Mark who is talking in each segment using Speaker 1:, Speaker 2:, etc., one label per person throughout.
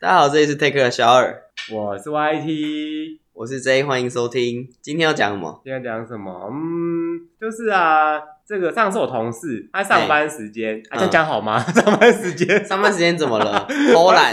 Speaker 1: 大家好，这里是 Take 的小二，
Speaker 2: 我是 YT，
Speaker 1: 我是 J，欢迎收听。今天要讲什么？
Speaker 2: 今天讲什么？嗯，就是啊，这个上次我同事他上班时间，啊，这样讲好吗？ 上班时间，
Speaker 1: 嗯上班时间怎么 了？偷懒，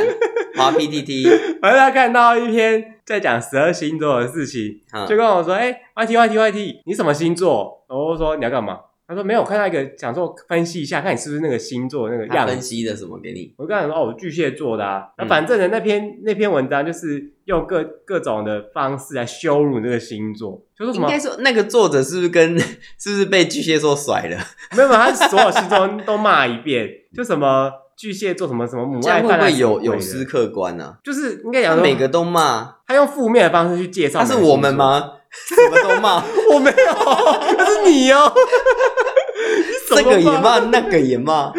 Speaker 1: 滑 PTT，
Speaker 2: 反正他看到一篇在讲十二星座的事情，
Speaker 1: 嗯
Speaker 2: 就跟我说：“哎、y t YT YT，你什么星座？”然后我说：“你要干嘛？”他说：“没有，我看到一个想说分析一下，看你是不是那个星座那个
Speaker 1: 他
Speaker 2: 样
Speaker 1: 分
Speaker 2: 子。”
Speaker 1: 析的什么给你？
Speaker 2: 我就跟他说：“哦，我巨蟹座的啊。”那
Speaker 1: 嗯
Speaker 2: 反正呢，那篇那篇文章就是用各各种的方式来羞辱这个星座，就说什
Speaker 1: 应
Speaker 2: 么
Speaker 1: 该说那个作者是不是跟 是不是被巨蟹座甩了？
Speaker 2: 没有，没有，他所有星座都骂一 遍，就什么巨蟹座什么什么母
Speaker 1: 这
Speaker 2: 爱
Speaker 1: 样会
Speaker 2: 泛
Speaker 1: 不
Speaker 2: 滥
Speaker 1: 会
Speaker 2: 什么
Speaker 1: 有
Speaker 2: 鬼的
Speaker 1: 有失，客观呢、
Speaker 2: 就是应该讲
Speaker 1: 啊？
Speaker 2: 说
Speaker 1: 每个都骂，
Speaker 2: 他用负面的方式去介绍。
Speaker 1: 他是我们？吗？什么都骂，
Speaker 2: 我没有， 那是 你哦。你
Speaker 1: 这
Speaker 2: 什么
Speaker 1: 个也
Speaker 2: 骂，
Speaker 1: 骂，那个也骂。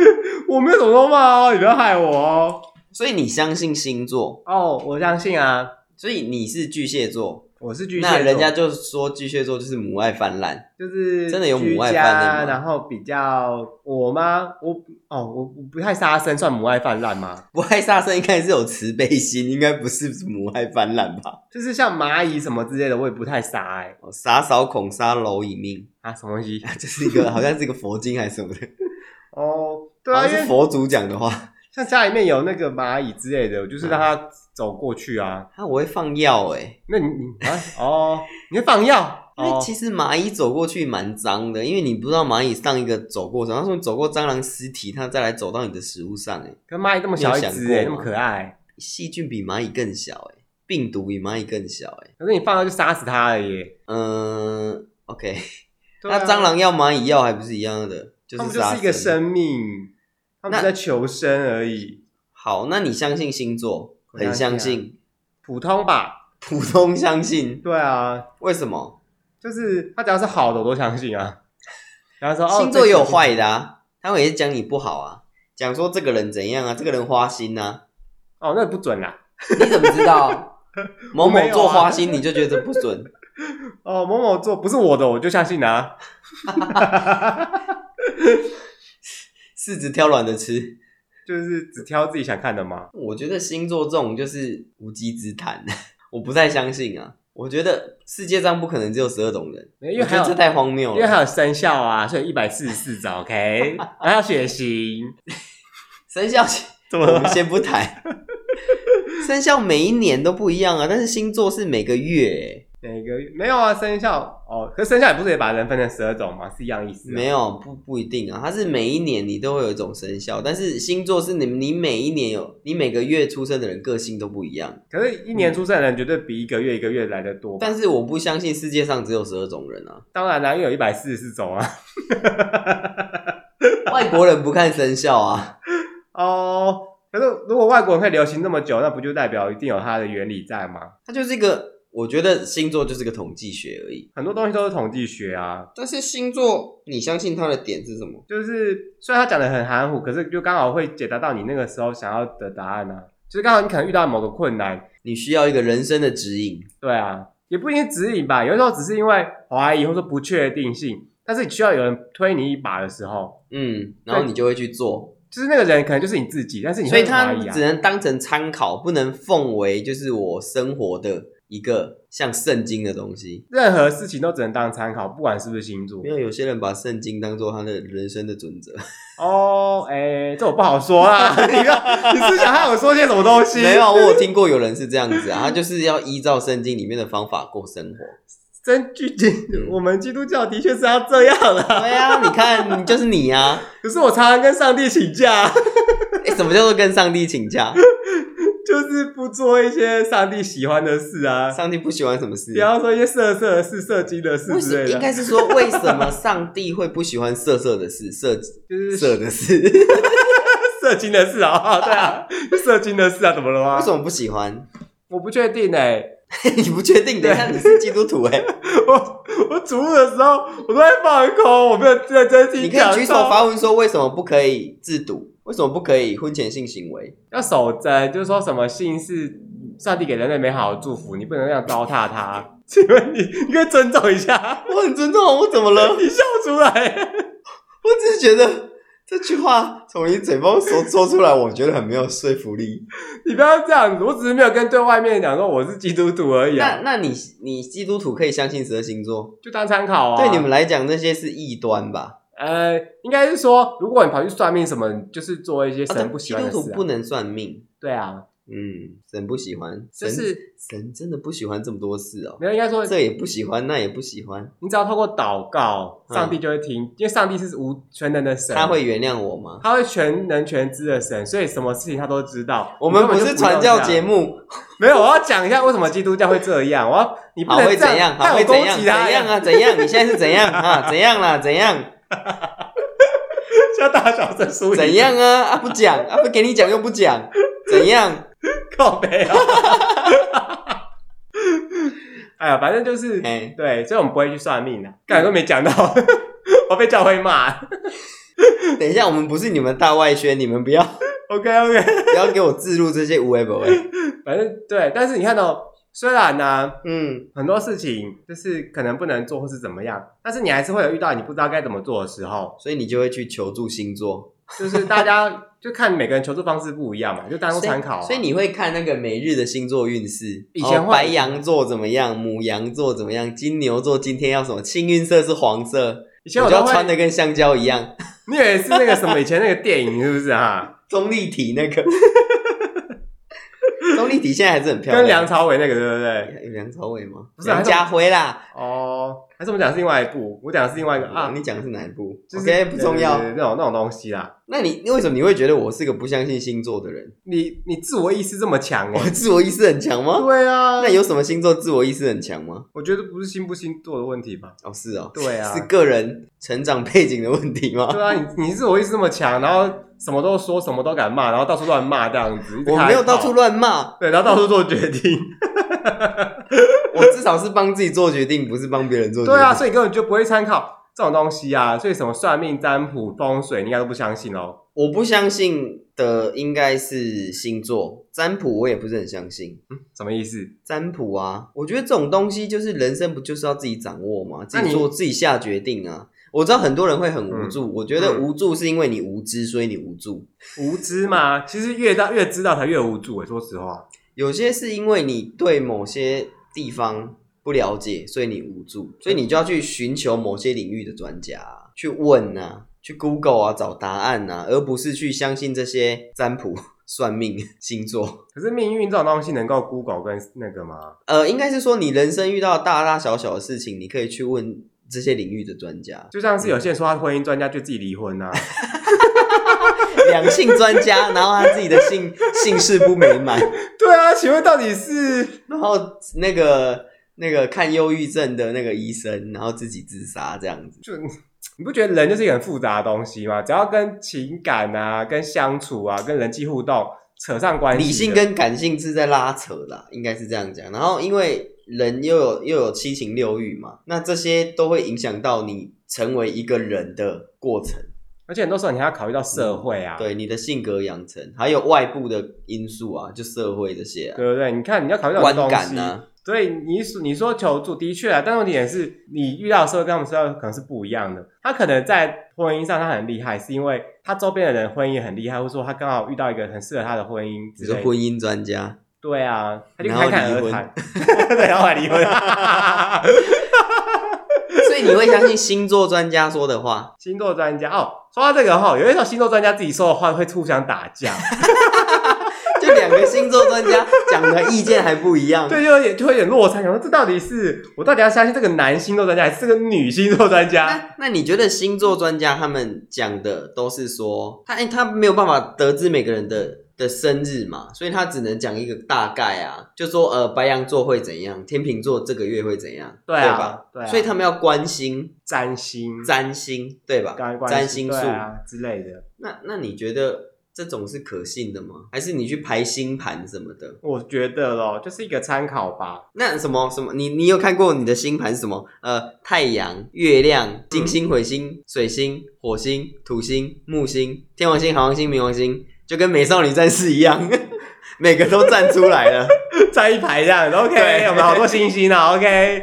Speaker 2: 我没有什么都骂哦，你不要害我哦。
Speaker 1: 所以你相信星座，
Speaker 2: 哦，我相信啊，
Speaker 1: 所以你是巨蟹座，
Speaker 2: 我是巨蟹座，
Speaker 1: 那人家就说巨蟹座就是母爱泛滥。
Speaker 2: 就是
Speaker 1: 真的有母爱
Speaker 2: 居
Speaker 1: 泛滥吗
Speaker 2: 家，然后比较我吗？我哦，我我不太杀生，算母爱泛滥吗？
Speaker 1: 不爱杀生应该是有慈悲心，应该不是母爱泛滥吧？
Speaker 2: 就是像蚂蚁什么之类的，我也不太杀哎、
Speaker 1: 哦杀少恐杀蝼蚁命，
Speaker 2: 啊，什么东西？
Speaker 1: 啊这是一个好像是一个佛经还是什么的，
Speaker 2: 哦，对
Speaker 1: 好
Speaker 2: 啊，
Speaker 1: 像
Speaker 2: 因为
Speaker 1: 是佛祖讲的话。
Speaker 2: 像家里面有那个蚂蚁之类的，我
Speaker 1: 嗯
Speaker 2: 就是让它走过去啊。
Speaker 1: 啊，我会放药哎、欸，
Speaker 2: 那你你啊哦，你会放药
Speaker 1: 因为
Speaker 2: 哦，
Speaker 1: 其实蚂蚁走过去蛮脏的，因为你不知道蚂蚁上一个走过什么，它说你走过蟑螂尸体，它再来走到你的食物上哎、欸，
Speaker 2: 跟蚂蚁这么小一
Speaker 1: 你有想
Speaker 2: 只、
Speaker 1: 过吗
Speaker 2: 欸，那么可爱，
Speaker 1: 细菌比蚂蚁更小哎、欸，病毒比蚂蚁更小哎、欸，
Speaker 2: 可是你放了就杀死它了耶。
Speaker 1: 嗯、o k
Speaker 2: 对啊
Speaker 1: 那蟑，螂药、蚂蚁药还不是一样的，就
Speaker 2: 它
Speaker 1: 是
Speaker 2: 们就
Speaker 1: 杀
Speaker 2: 是一个
Speaker 1: 生。
Speaker 2: 生命，它们
Speaker 1: 那
Speaker 2: 只在求生而已，
Speaker 1: 好，那你相信星座？
Speaker 2: 我
Speaker 1: 很相
Speaker 2: 相信啊
Speaker 1: 信。
Speaker 2: 普通吧？
Speaker 1: 普通相信，
Speaker 2: 对啊，
Speaker 1: 为什么？
Speaker 2: 就是它只要是好的我都相信啊。然后说哦，
Speaker 1: 星座也有坏
Speaker 2: 的
Speaker 1: 的啊，他们也是讲你不好啊，讲说这个人怎样啊，这个人花心啊，
Speaker 2: 哦，那不准啦。
Speaker 1: 你怎么知道？ 某
Speaker 2: 我没
Speaker 1: 某
Speaker 2: 有啊
Speaker 1: 座花心，你就觉得不准，
Speaker 2: 哦，某某座不是我的，我就相信啊。
Speaker 1: 柿子挑软的吃。
Speaker 2: 就是只挑自己想看的嘛。
Speaker 1: 我觉得星座这种就是无稽之谈，我不太相信啊。我觉得世界上不可能只有十二种人，
Speaker 2: 因为
Speaker 1: 我觉
Speaker 2: 还有
Speaker 1: 得这太荒谬
Speaker 2: 因为还
Speaker 1: 了。
Speaker 2: 有生肖啊，所以一百四十四张，OK，还有血型，哦
Speaker 1: 生 肖
Speaker 2: 怎
Speaker 1: 我 们先不谈，生肖每一年都不一样啊，但是星座是每个月欸、
Speaker 2: 每个没有啊？生肖哦，可是生肖也不是也把人分成十二种吗？是一样意思、啊
Speaker 1: 没
Speaker 2: 有，
Speaker 1: 有，不不一定啊，它是每一年你都会有一种生肖，但是星座是你你每一年有，你每个月出生的人个性都不一样。
Speaker 2: 可是一年出生的人绝对比一个月一个月来的多吧。
Speaker 1: 但是我不相信世界上只有十二种人 啊，
Speaker 2: 当然啦、因为有一百四十四种啊。
Speaker 1: 外国人不看生肖啊，
Speaker 2: 哦，可是如果外国人会流行这么久，那不就代表一定有它的原理在吗？
Speaker 1: 它就是一个，我觉得星座就是个统计学而已。
Speaker 2: 很多东西都是统计学啊，
Speaker 1: 但是星座，你相信它的点是什么？
Speaker 2: 就是虽然它讲的很含糊，可是就刚好会解答到你那个时候想要的答案啊。就是刚好你可能遇到某个困难，
Speaker 1: 你需要一个人生的指引。
Speaker 2: 对啊，也不一定指引吧，有时候只是因为怀疑或者说不确定性，但是你需要有人推你一把的时候，
Speaker 1: 嗯，然后
Speaker 2: 对
Speaker 1: 你就会去做，
Speaker 2: 就是那个人可能就是你自己，但是你
Speaker 1: 所以
Speaker 2: 会怀
Speaker 1: 它
Speaker 2: 疑啊
Speaker 1: 只。能当成参考，不能奉为就是我生活的一个像圣经的东西。
Speaker 2: 任何事情都只能当参考，不管是不是星座
Speaker 1: 没。有，有些人把圣经当做他的人生的准则。
Speaker 2: 哦，哎，这我不好说 啦。你不要你是想害我说些什么东西？
Speaker 1: 没有，，我有听过有人是这样子啊，他就是要依照圣经里面的方法过生活。
Speaker 2: 真据基，我们基督教的确是要这样啦。
Speaker 1: 对啊，你看，你就是你啊！
Speaker 2: 可是我常常跟上帝请假，
Speaker 1: 哎，什么叫做跟上帝请假？
Speaker 2: 就是不做一些上帝喜欢的事啊，
Speaker 1: 上帝不喜欢什么事
Speaker 2: 比？方说一些色色的事、射精的事
Speaker 1: 为
Speaker 2: 之
Speaker 1: 什
Speaker 2: 类
Speaker 1: 应
Speaker 2: 的，
Speaker 1: 该是说，为什么上帝会不喜欢色色的事、色
Speaker 2: 就是
Speaker 1: 色的事？
Speaker 2: 射精的事啊、哦，对啊，射精的事啊，怎么了吗
Speaker 1: 为什？么不喜欢？
Speaker 2: 我不确定哎、
Speaker 1: 欸你不确定？等一下你是基督徒哎，
Speaker 2: 我我主日的时候我都在放空，我没有认真听
Speaker 1: 你可
Speaker 2: 讲道。
Speaker 1: 以举手发问说为什么不可以制度？为什么不可以婚前性行为？
Speaker 2: 要守贞，就是说什么性是上帝给人类美好的祝福，你不能那样糟蹋它。请问你，你可以 尊重一下？
Speaker 1: 啊我很尊重，我怎么了？
Speaker 2: 你笑出来，
Speaker 1: 我只是觉得这句话从你嘴巴说说出来，我觉得很没有说服力。
Speaker 2: 你不要这样子，我只是没有跟对外面讲说我是基督徒而已
Speaker 1: 那
Speaker 2: 啊，
Speaker 1: 那你你基督徒可以相信十二星座？
Speaker 2: 就当参考啊。
Speaker 1: 对你们来讲，那些是异端吧？
Speaker 2: 呃，应该是说，如果你跑去算命什么，你就是做一些
Speaker 1: 啊
Speaker 2: 神
Speaker 1: 对
Speaker 2: 不喜
Speaker 1: 基
Speaker 2: 欢
Speaker 1: 督
Speaker 2: 的
Speaker 1: 徒
Speaker 2: 事、
Speaker 1: 不
Speaker 2: 啊。
Speaker 1: 能算命。
Speaker 2: 对啊，
Speaker 1: 嗯，神不喜欢，
Speaker 2: 就
Speaker 1: 神
Speaker 2: 是
Speaker 1: 神真的不喜欢这么多事哦。
Speaker 2: 没有应该说，
Speaker 1: 这也不喜欢，那也不喜欢，
Speaker 2: 你只要透过祷告，
Speaker 1: 嗯
Speaker 2: 上帝就会听，因为上帝是无全能的神，
Speaker 1: 他会原谅我吗？
Speaker 2: 他会全能全知的神，所以什么事情他都知道。
Speaker 1: 我们
Speaker 2: 你根
Speaker 1: 不
Speaker 2: 本就是用
Speaker 1: 传教
Speaker 2: 这样
Speaker 1: 节目，
Speaker 2: 没有，我要讲一下为什么基督教会这样。我要你不
Speaker 1: 好
Speaker 2: 能
Speaker 1: 会
Speaker 2: 这
Speaker 1: 怎样？
Speaker 2: 害
Speaker 1: 好
Speaker 2: 我
Speaker 1: 会怎
Speaker 2: 攻
Speaker 1: 样？
Speaker 2: 击
Speaker 1: 怎
Speaker 2: 他
Speaker 1: 样啊？怎样？你现在是怎样啊？怎样啦？怎样？
Speaker 2: 叫大小声输赢
Speaker 1: 怎样啊？ 啊不讲啊不给你讲又不讲，怎样？
Speaker 2: 靠背啊！哎呀，反正就是
Speaker 1: 哎
Speaker 2: 对，所以我们不会去算命的。刚才都没讲到， 我被教会骂。
Speaker 1: 等一下，我们不是你们大外宣，你们不要
Speaker 2: OK OK，
Speaker 1: 不要给我置入这些无为不为。
Speaker 2: 反正对，但是你看到、虽然啊呢、
Speaker 1: 嗯，
Speaker 2: 很多事情就是可能不能做或是怎么样，但是你还是会有遇到你不知道该怎么做的时候。
Speaker 1: 所以你就会去求助星座，
Speaker 2: 就是大家就看每个人求助方式不一样嘛，就当做参考、啊
Speaker 1: 所以。所以你会看那个每日的星座运势，
Speaker 2: 以前
Speaker 1: 哦
Speaker 2: 会
Speaker 1: 白羊座怎么样，母羊座怎么样，金牛座今天要什么？幸运色是黄色，
Speaker 2: 以前
Speaker 1: 我
Speaker 2: 我
Speaker 1: 就
Speaker 2: 都
Speaker 1: 要
Speaker 2: 会
Speaker 1: 穿的跟香蕉一样，
Speaker 2: 你以为是那个什么以前那个电影是不是啊？
Speaker 1: 钟丽缇那 个。钟丽缇现在还是很漂
Speaker 2: 跟
Speaker 1: 亮，
Speaker 2: 梁朝伟那个对不对？
Speaker 1: 有梁朝伟吗？
Speaker 2: 不是
Speaker 1: 梁家辉啦。哦
Speaker 2: 哦，还是我们讲的是另外一部，我讲的是另外一个啊，
Speaker 1: 你讲的是哪一部
Speaker 2: 就是
Speaker 1: ？OK，不重要
Speaker 2: 对。对对那种那种东西啦。
Speaker 1: 那你你为什么你会觉得我是个不相信星座的人？
Speaker 2: 你你自我意识这么强
Speaker 1: 我
Speaker 2: 哎、
Speaker 1: 哦自我意识很强 吗？
Speaker 2: 对啊，
Speaker 1: 那有什么星座自我意识很强吗？
Speaker 2: 我觉得不是星不星座的问题吧？
Speaker 1: 哦，是哦，
Speaker 2: 对啊
Speaker 1: 是个人成长背景的问题吗？
Speaker 2: 对啊，你你自我意识这么强，然后什么都说，什么都敢骂，然后到处乱骂这样子。一直
Speaker 1: 我
Speaker 2: 开
Speaker 1: 没有
Speaker 2: 炮
Speaker 1: 到处乱骂，
Speaker 2: 对，然后到处做决 定。
Speaker 1: 我至少是帮自己做决定，不是帮别人做决定。
Speaker 2: 对啊，，所以根本就不会参考这种东西啊。所以什么算命、占卜、风水，你应该都不相信哦。
Speaker 1: 我不相信的应该是星座占卜，我也不是很相信
Speaker 2: 什么意思？
Speaker 1: 占卜啊。我觉得这种东西就是人生不就是要自己掌握吗？自
Speaker 2: 那
Speaker 1: 己
Speaker 2: 你
Speaker 1: 做自己下决定啊。我知道很多人会很无助，
Speaker 2: 嗯
Speaker 1: 我觉得无助是因为你无知，所以你无助。
Speaker 2: 无知嘛， 其实越大越知道才越无助。欸说实话，
Speaker 1: 有些是因为你对某些地方不了解，所以你无助，所以你就要去寻求某些领域的专家啊、去问啊，去 Google 啊找答案啊，而不是去相信这些占卜、 算命、星座。
Speaker 2: 可是命运这种东西能够 Google 跟那个吗？
Speaker 1: 呃，应该是说你人生遇到大大小小的事情，你可以去问这些领域的专家，
Speaker 2: 就像是有些人说他婚姻专家就自己离婚啊，
Speaker 1: 两性专家，然后他自己的性性事不美满，
Speaker 2: 对啊，请问到底是
Speaker 1: 然后那个那个看忧郁症的那个医生，然后自己自杀这样子。
Speaker 2: 就你不觉得人就是一个很复杂的东西吗？只要跟情感啊、跟相处啊、跟人际互动扯上关系的，
Speaker 1: 理性跟感性是在拉扯啦，应该是这样讲。然后因为人又有又有七情六欲嘛，那这些都会影响到你成为一个人的过程，
Speaker 2: 而且很多时候你还要考虑到社会啊，
Speaker 1: 嗯对你的性格养成，还有外部的因素啊，就社会这些啊，
Speaker 2: 对不对？你看你要考虑到很
Speaker 1: 观
Speaker 2: 多东
Speaker 1: 感
Speaker 2: 西，
Speaker 1: 啊，
Speaker 2: 所以你说你说求助的确啊，但问题也是你遇到的时候跟他们说可能是不一样的。他可能在婚姻上他很厉害，是因为他周边的人婚姻也很厉害，或者说他刚好遇到一个很适合他的婚姻
Speaker 1: 只
Speaker 2: 之
Speaker 1: 是
Speaker 2: 类的。
Speaker 1: 婚姻专家，
Speaker 2: 对啊，他就
Speaker 1: 然后
Speaker 2: 侃侃
Speaker 1: 离
Speaker 2: 而
Speaker 1: 婚
Speaker 2: 谈， 对，然后还离婚。
Speaker 1: 所以你会相信星座专家说的话？
Speaker 2: 星座专家哦，说到这个哈、有些时候星座专家自己说的话会互相打架，
Speaker 1: 就两个星座专家讲的意见还不一样，
Speaker 2: 对，就有点就会有点落差，想说这到底是我到底要相信这个男星座专家还是这个女星座专家？
Speaker 1: 那那你觉得星座专家他们讲的都是说他、哎他没有办法得知每个人的的生日嘛，所以他只能讲一个大概啊，就说呃白羊座会怎样，天秤座这个月会怎样，
Speaker 2: 对
Speaker 1: 对吧？
Speaker 2: 啊，对啊，
Speaker 1: 所以他们要关心
Speaker 2: 占星、
Speaker 1: 占星，对吧？
Speaker 2: 干关系
Speaker 1: 占星术。
Speaker 2: 对啊之类的。
Speaker 1: 那那你觉得这种是可信的吗？还是你去排星盘什么的？
Speaker 2: 我觉得咯，就是一个参考吧。
Speaker 1: 那什么什么，你你有看过你的星盘是什么？呃，太阳、月亮、金
Speaker 2: 嗯
Speaker 1: 星、彗星、水星、火星、土星、木星、天王星、海王星、冥王星，就跟美少女战士一样， 每个都站出来 了。
Speaker 2: 站一排这样子，OK，
Speaker 1: 对
Speaker 2: 我们好多星星啊，OK。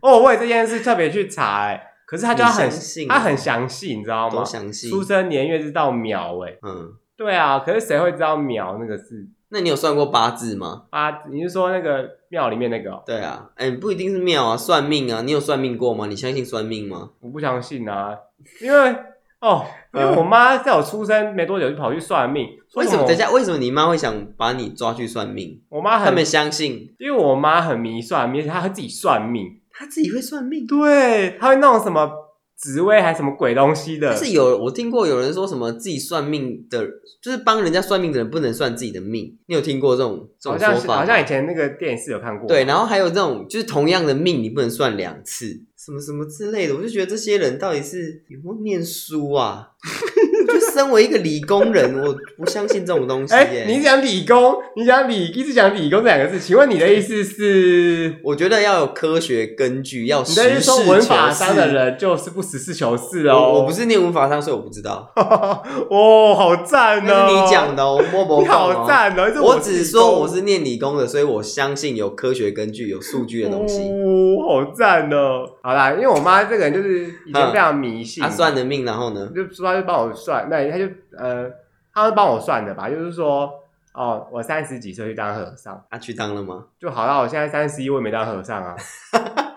Speaker 2: 哦，我为这件事特别去查、欸，可是他就要很
Speaker 1: 你详细
Speaker 2: 他很详细，你知道吗
Speaker 1: 多？详细。
Speaker 2: 出生年月日到秒哎、
Speaker 1: 嗯，
Speaker 2: 对啊，可是谁会知道秒那个字
Speaker 1: 那你有算过八字吗？
Speaker 2: 八？啊你是说那个庙里面那个哦、
Speaker 1: 对啊，哎、不一定是庙啊，算命啊，你有算命过吗？你相信算命吗？
Speaker 2: 我不相信啊，因为哦，因为我妈在我出生没多久就跑去算哦命，
Speaker 1: 嗯
Speaker 2: 说
Speaker 1: 为什么？
Speaker 2: 我
Speaker 1: 等一下，为什么你妈会想把你抓去算命？
Speaker 2: 我妈
Speaker 1: 他
Speaker 2: 很
Speaker 1: 们相信
Speaker 2: 因为我妈很迷算命，而且她会自己算命，
Speaker 1: 她自己会算命，
Speaker 2: 对，她会弄什么紫薇还是什么鬼东西的
Speaker 1: 但，是有我听过有人说什么自己算命的，就是帮人家算命的人不能算自己的命。你有听过这种这
Speaker 2: 好
Speaker 1: 种
Speaker 2: 像
Speaker 1: 说
Speaker 2: 是
Speaker 1: 法吗？
Speaker 2: 好像以前那个电视有看过，
Speaker 1: 对，，然后还有这种就是同样的命你不能算两次，什么什么之类的。我就觉得这些人到底是有没有念书啊？ 就身为一个理工人，我不相信这种东西耶、
Speaker 2: 哎、你讲理工，你讲理，一直讲理工这两个字，请问你的意思是？
Speaker 1: 我觉得要有科学根据，要
Speaker 2: 你
Speaker 1: 实
Speaker 2: 的意
Speaker 1: 事
Speaker 2: 思
Speaker 1: 求
Speaker 2: 说
Speaker 1: 是。
Speaker 2: 文法商的人就是不实事求是哦？
Speaker 1: 我我不是念文法商，所以我不知道。
Speaker 2: 哦，好赞
Speaker 1: 那
Speaker 2: 哦！
Speaker 1: 是你讲的哦，我不
Speaker 2: 你好赞哦！这
Speaker 1: 我
Speaker 2: 理
Speaker 1: 只说
Speaker 2: 工
Speaker 1: 我是念理工的，所以我相信有科学根据、有数据的东西。
Speaker 2: 哦，好赞哦！好啦，因为我妈这个人就是以前非常迷信，
Speaker 1: 他嗯算的命，然后呢？
Speaker 2: 就说她就帮我算，那她就呃，她是帮我算的吧，就是说哦，我三十几岁去当和尚，
Speaker 1: 他去当了吗？
Speaker 2: 就好到我现在三十一，我也没当和 尚啊。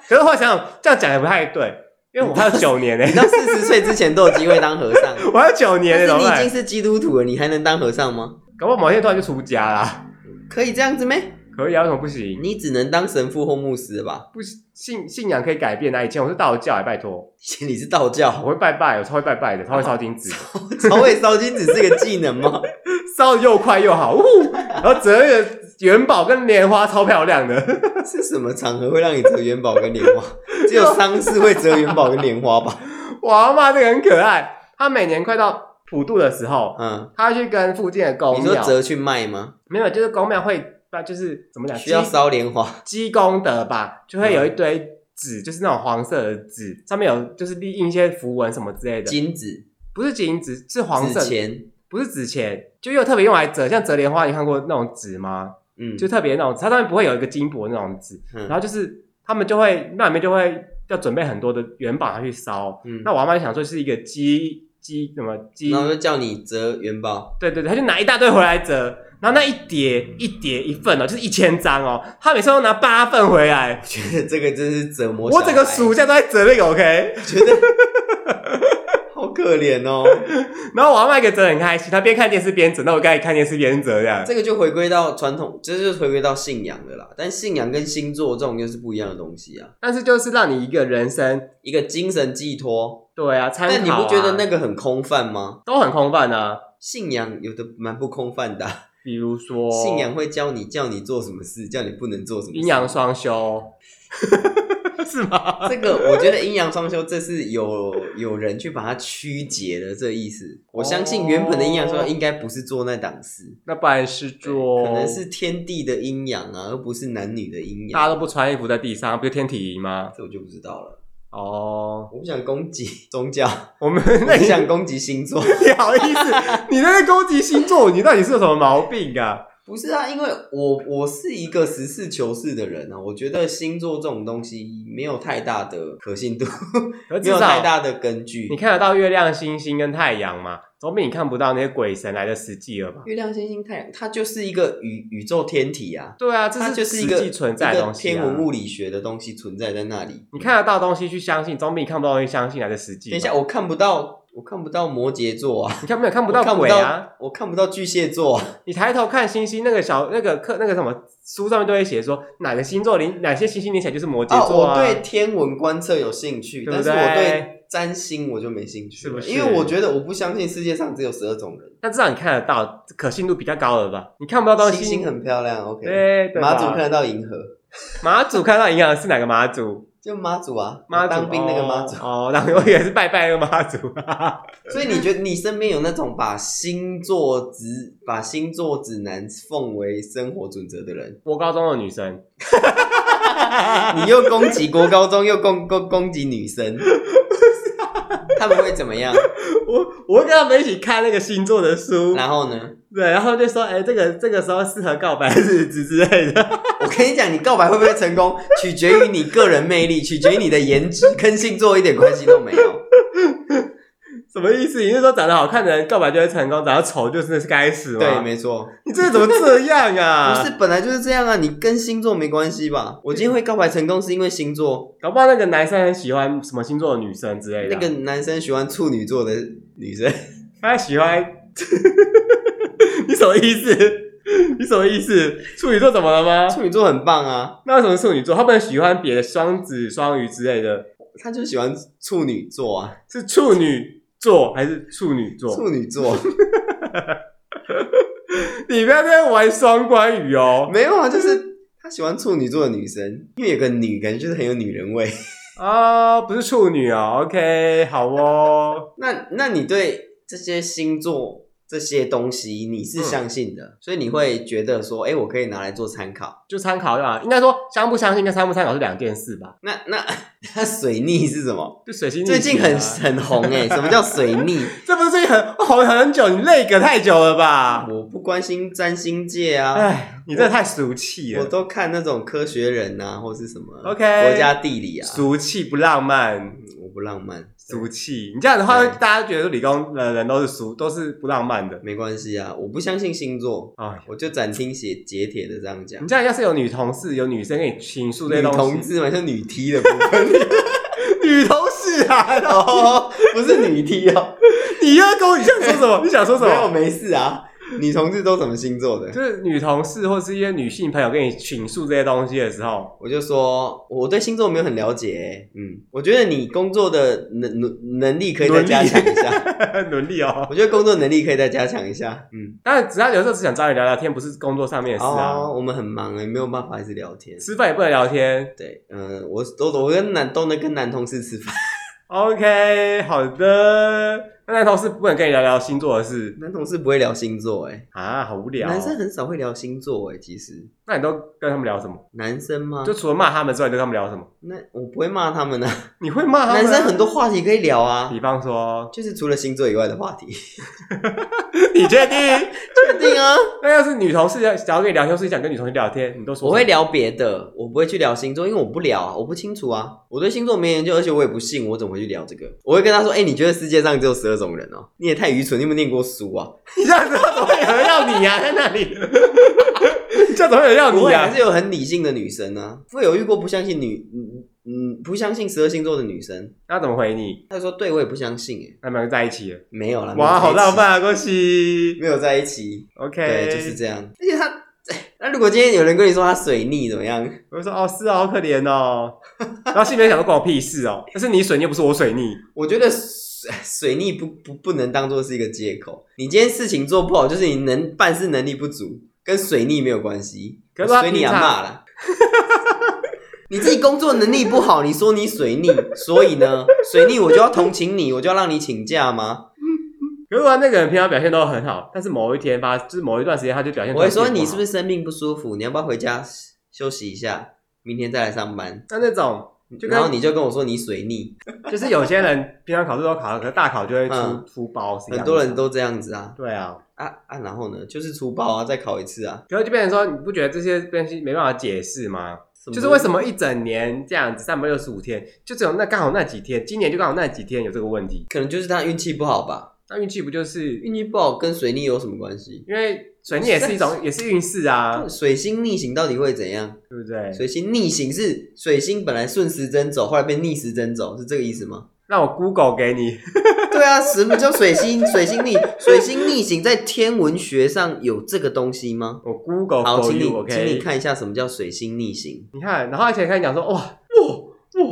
Speaker 2: 可是后来想想，这样讲也不太对，因为我还有九年呢、
Speaker 1: 你到四十岁之前都有机会当和尚，啊
Speaker 2: 我还有九年
Speaker 1: 但
Speaker 2: 呢、
Speaker 1: 是
Speaker 2: 怎
Speaker 1: 你
Speaker 2: 么
Speaker 1: 已
Speaker 2: 办
Speaker 1: 经？是基督徒了，你还能当和尚吗？
Speaker 2: 搞不好某天突然就出家啦，
Speaker 1: 可以这样子咩？
Speaker 2: 可以啊？为什么不行？
Speaker 1: 你只能当神父或牧师了吧？
Speaker 2: 不信信仰可以改变啊！以前我是道教、欸，拜托，
Speaker 1: 你是道教，
Speaker 2: 我会拜拜，我超会拜拜的，超会烧金纸的。
Speaker 1: 超会烧金纸是个技能吗？
Speaker 2: 烧的又快又好，呜呼然后折那个元宝跟莲花超漂亮的，
Speaker 1: 是什么场合会让你折元宝跟莲花？只有丧事会折元宝跟莲花吧？
Speaker 2: 我阿妈这个很可爱。她每年快到普渡的时候，
Speaker 1: 嗯，
Speaker 2: 她去跟附近的公
Speaker 1: 你说
Speaker 2: 庙，
Speaker 1: 折去卖吗？
Speaker 2: 没有，就是公庙会，那就是怎么讲，
Speaker 1: 需要
Speaker 2: 积
Speaker 1: 烧莲花。
Speaker 2: 积功德吧，就会有一堆
Speaker 1: 嗯
Speaker 2: 纸，就是那种黄色的纸，上面有就是立印一些符文什么之类的，
Speaker 1: 金子、
Speaker 2: 不是金纸，是黄色
Speaker 1: 纸
Speaker 2: 的，
Speaker 1: 钱，
Speaker 2: 不是纸钱，就又特别用来折，像折莲花，你看过那种纸吗？
Speaker 1: 嗯，
Speaker 2: 就特别那种，它上面不会有一个金箔那种纸，
Speaker 1: 嗯
Speaker 2: 然后就是他们就会那里面就会要准备很多的元宝拿去烧。
Speaker 1: 嗯，
Speaker 2: 那我阿妈就想说是一个鸡鸡什么鸡，
Speaker 1: 然后就叫你折元宝，
Speaker 2: 对对对，她就拿一大堆回来折，然后那一叠一叠一份哦，就是一千张哦，她每次都拿八份回来，
Speaker 1: 觉得这个真是折磨
Speaker 2: 我
Speaker 1: 小
Speaker 2: 整个
Speaker 1: 孩
Speaker 2: 暑假都在折那个 OK，
Speaker 1: 觉得好可怜哦。
Speaker 2: 然后我阿妈给折得很开心，她边看电视边折，那我刚才看电视边折这样。
Speaker 1: 这个就回归到传统，这就是回归到信仰的啦。但信仰跟星座这种又是不一样的东西啊，
Speaker 2: 但是就是让你一个人生，
Speaker 1: 一个精神寄托。
Speaker 2: 对啊，参考、啊。
Speaker 1: 但你不觉得那个很空泛吗？
Speaker 2: 都很空泛啊？
Speaker 1: 信仰有的蛮不空泛的啊、
Speaker 2: 比如说
Speaker 1: 信仰会教你叫你做什么事，叫你不能做什么事
Speaker 2: 哦阴阳双修，是吗？
Speaker 1: 这个我觉得阴阳双修，这是有有人去把它曲解了这意思。我相信原本的阴阳
Speaker 2: 哦
Speaker 1: 双修应该不是做那档事，
Speaker 2: 那不然是做，
Speaker 1: 可能是天地的阴阳啊，而不是男女的阴
Speaker 2: 大
Speaker 1: 阳。
Speaker 2: 家都不穿衣服在地上，不就天体仪吗？
Speaker 1: 这我就不知道了。
Speaker 2: 哦，
Speaker 1: 我不想攻击 宗 教，
Speaker 2: 我们
Speaker 1: 我
Speaker 2: 那
Speaker 1: 不
Speaker 2: 你
Speaker 1: 想攻击星座。
Speaker 2: 你好意思？你在那攻击星座，你到底是有什么毛病啊？
Speaker 1: 不是啊，因为我我是一个实事求是的人啊，我觉得星座这种东西没有太大的可信度，
Speaker 2: 可
Speaker 1: 没
Speaker 2: 至
Speaker 1: 有太
Speaker 2: 少
Speaker 1: 大的根据
Speaker 2: 你。看得到月亮、星星跟太阳嘛，总比你看不到那些鬼神来的实际了吧？
Speaker 1: 月亮、星星、太阳，它就是一个宇宇宙天体啊。
Speaker 2: 对啊，这
Speaker 1: 它就是
Speaker 2: 实
Speaker 1: 一个
Speaker 2: 际存在的东
Speaker 1: 一
Speaker 2: 西、
Speaker 1: 个
Speaker 2: 啊。
Speaker 1: 天文物理学的东西存在在那里。
Speaker 2: 你看得到东西去相信，总比你看不到东西相信来的实际嘛。
Speaker 1: 等一下，我看不到，我看不到摩羯座啊，
Speaker 2: 你看没有看不
Speaker 1: 我
Speaker 2: 到
Speaker 1: 看
Speaker 2: 鬼啊？
Speaker 1: 我看不到巨蟹座啊，
Speaker 2: 你抬头看星星，那个小那个课那个什么书上面都会写说哪个星座连哪些星星连起来就是摩羯
Speaker 1: 哦，
Speaker 2: 座
Speaker 1: 我
Speaker 2: 啊。
Speaker 1: 对天文观测有兴趣，
Speaker 2: 对不对
Speaker 1: 但是我对占星我就没兴趣
Speaker 2: 是不
Speaker 1: 了，
Speaker 2: 是
Speaker 1: 因为我觉得我不相信世界上只有十二种人。
Speaker 2: 那至少你看得到，可信度比较高了吧？你看不到东西，
Speaker 1: 星星很漂亮，OK。
Speaker 2: 对对吧
Speaker 1: 马祖看得到银河，
Speaker 2: 马祖看到银行是哪个马 祖？
Speaker 1: 就马祖啊，
Speaker 2: 妈祖
Speaker 1: 当兵那个马祖。
Speaker 2: 哦，哦当兵我也是拜拜那个妈祖，
Speaker 1: 所以你觉得你身边有那种把星座指 把星座指南奉为生活准则的人？
Speaker 2: 我高中的女生，
Speaker 1: 你又攻击国高中，又攻攻攻击女 生，他们会怎么样？
Speaker 2: 我我会跟他们一起看那个星座的书，
Speaker 1: 然后呢？
Speaker 2: 对，然后就说，哎，这个这个时候适合告白日子之类的，
Speaker 1: 我跟你讲，你告白会不会成功，取决于你个人魅力，取决于你的颜值，跟星座一点关系都没有。
Speaker 2: 什么意思？你是说长得好看的人告白就会成功，长得丑就是该死吗？
Speaker 1: 对，没错，
Speaker 2: 你这怎么这样啊？
Speaker 1: 不是本来就是这样啊，你跟星座没关系吧？我今天会告白成功是因为星座，
Speaker 2: 搞不好那个男生很喜欢什么星座的女生之类的
Speaker 1: 那
Speaker 2: 啊，
Speaker 1: 个男生喜欢处女座的女生，
Speaker 2: 他喜欢， 你什么意思？你什么意思？处女座怎么了吗？
Speaker 1: 处女座很棒啊，
Speaker 2: 那为什么是处女座？他们喜欢别的双子、双鱼之类的，
Speaker 1: 他就喜欢处女座啊，
Speaker 2: 是处女座还是处女座？
Speaker 1: 处女座
Speaker 2: 你不要在那玩双关语哦！
Speaker 1: 没有啊，就是他喜欢处女座的女生，因为有个女感觉就是很有女人味。
Speaker 2: 啊、不是处女哦，OK，好哦。
Speaker 1: 那那你对这些星座这些东西你
Speaker 2: 嗯
Speaker 1: 是相信的，所以你会觉得说，哎、我可以拿来做参考。
Speaker 2: 就参考吧，应该说相不相信跟参不参考是两件事吧。
Speaker 1: 那那那水逆是什么？
Speaker 2: 就水星逆
Speaker 1: 最近
Speaker 2: 行
Speaker 1: 很
Speaker 2: 啊
Speaker 1: 很红哎、什么叫水逆？
Speaker 2: 这不是最近很红很久，你累个太久了吧？
Speaker 1: 啊我不关心占星界啊，
Speaker 2: 哎，你这太俗气
Speaker 1: 我
Speaker 2: 了，
Speaker 1: 都看那种科学人啊，或是什么
Speaker 2: OK
Speaker 1: 国家地理啊，嗯
Speaker 2: 俗气不浪漫，
Speaker 1: 我不浪漫，
Speaker 2: 俗气。你这样的话，
Speaker 1: 对
Speaker 2: 大家觉得理工的人都是俗，都是不浪漫的。
Speaker 1: 没关系啊，我不相信星座，
Speaker 2: 哎，
Speaker 1: 我就斩钉截截铁的这样讲
Speaker 2: 你。这样要是有女同事、有女生跟你倾诉这
Speaker 1: 女
Speaker 2: 些东西，
Speaker 1: 同志嘛，就女 T 的部分
Speaker 2: 女同事啊，
Speaker 1: 哦，不是女 T 哦。
Speaker 2: 你要跟我你想说什么？你想说什
Speaker 1: 没有，
Speaker 2: 么？
Speaker 1: 没事啊。女同志都什么星座的？
Speaker 2: 就是女同事或是一些女性朋友跟你倾诉这些东西的时候，
Speaker 1: 我就说我对星座没有很了解欸、嗯，我觉得你工作的能能能力可以再加强一下。
Speaker 2: 伦理 哦。
Speaker 1: 我觉得工作能力可以再加强一下。 嗯，
Speaker 2: 但只要有时候只想找你聊聊天，不是工作上面的事啊。
Speaker 1: 哦，我们很忙哎、没有办法一直聊天。
Speaker 2: 吃饭也不能聊天。
Speaker 1: 对，嗯、我我我跟男都能跟男同事吃饭，
Speaker 2: OK，好的。那男同事不能跟你聊聊星座的事
Speaker 1: 男同事不会聊星座哎、
Speaker 2: 啊，好无聊哦、
Speaker 1: 男生很少会聊星座哎、其实
Speaker 2: 那你都跟他们聊什么？
Speaker 1: 男生吗？
Speaker 2: 就除了骂他们之外，你都跟他们聊什么？
Speaker 1: 那我不会骂他们 啊，
Speaker 2: 你会骂他们？
Speaker 1: 男生很多，话题可以聊啊，
Speaker 2: 比方说，
Speaker 1: 就是除了星座以外的话 题。
Speaker 2: 你确定？
Speaker 1: 确 定啊。
Speaker 2: 那要是女同事要想要跟你聊天，或是想跟女同事聊天，你都说
Speaker 1: 我会
Speaker 2: 什么
Speaker 1: 聊别的，我不会去聊星座，因为我不聊啊，我不清楚啊，我对星座没研究，而且我也不信，我怎么会去聊这个？我会跟他说，哎、你觉得世界上只有十二种人哦？你也太愚蠢，你有没有念过书啊？
Speaker 2: 你这样子，他怎么会有人要你呀、 在那里，你这样怎么会有啊人要
Speaker 1: 不
Speaker 2: 你
Speaker 1: 会，
Speaker 2: 呀、
Speaker 1: 还是有很理性的女生啊，会有遇过不相信女，嗯嗯，不相信十二星座的女生，
Speaker 2: 那怎么回你？
Speaker 1: 她就说，对我也不相信，哎，
Speaker 2: 那你们就在一起了？
Speaker 1: 没有啦，没有在
Speaker 2: 哇，
Speaker 1: 一起
Speaker 2: 好浪，漫啊，恭喜。
Speaker 1: 没有在一起，
Speaker 2: OK，
Speaker 1: 对，就是这样，而且她。 那如果今天有人跟你说她水逆怎么样？
Speaker 2: 我就说哦，是啊，好可怜哦。 然后心里面想说关我屁事哦，那是你水逆，又不是我水逆。
Speaker 1: 我觉得水 水逆不不不能当做是一个借口。你今天事情做不好，就是你能办事能力不足，跟水逆没有关系。
Speaker 2: 可是他
Speaker 1: 我水逆
Speaker 2: 平
Speaker 1: 啊
Speaker 2: 常
Speaker 1: 骂了， 你自己工作能力不好，你说你水逆，所以呢，水逆我就要同情你，我就要让你请假吗？
Speaker 2: 如果啊那个人平常表现都很好，但是某一天发，就是某一段时间他就表现
Speaker 1: 我会说你是不
Speaker 2: 是？
Speaker 1: 是生病不舒服？你要不要回家休息一下？明天再来上班。
Speaker 2: 那那种就跟
Speaker 1: 然后你就跟我说你水逆，
Speaker 2: 就是有些人平常考试都考，可是大考就会出、
Speaker 1: 嗯
Speaker 2: 出包，是一
Speaker 1: 很
Speaker 2: 样的
Speaker 1: 多人都这样子啊
Speaker 2: 对啊。
Speaker 1: 啊啊！然后呢，就是粗暴啊，再考一次啊，
Speaker 2: 然后就变成说，你不觉得这些东西没办法解释吗？就是为什么一整年这样子，三百六十五天，就只有那刚好那几天，今年就刚好那几天有这个问题。
Speaker 1: 可能就是他运气不好吧。
Speaker 2: 那运气不就是
Speaker 1: 运气不好跟水逆有什么关系？
Speaker 2: 因为水逆也是一种，也是运势啊，
Speaker 1: 水星逆行到底会怎样？
Speaker 2: 对不对？
Speaker 1: 水星逆行是水星本来顺时针走，后来变逆时针走，是这个意思吗？
Speaker 2: 那我 Google 给你，
Speaker 1: 对啊，什么叫水 星？水星逆水星逆行在天文学上有这个东西吗？
Speaker 2: 我 Google
Speaker 1: 好，
Speaker 2: for
Speaker 1: 请你
Speaker 2: you，OK？
Speaker 1: 请你看一下什么叫水星逆行，
Speaker 2: 你看，然后而且开始讲说，哇
Speaker 1: 啊
Speaker 2: 哇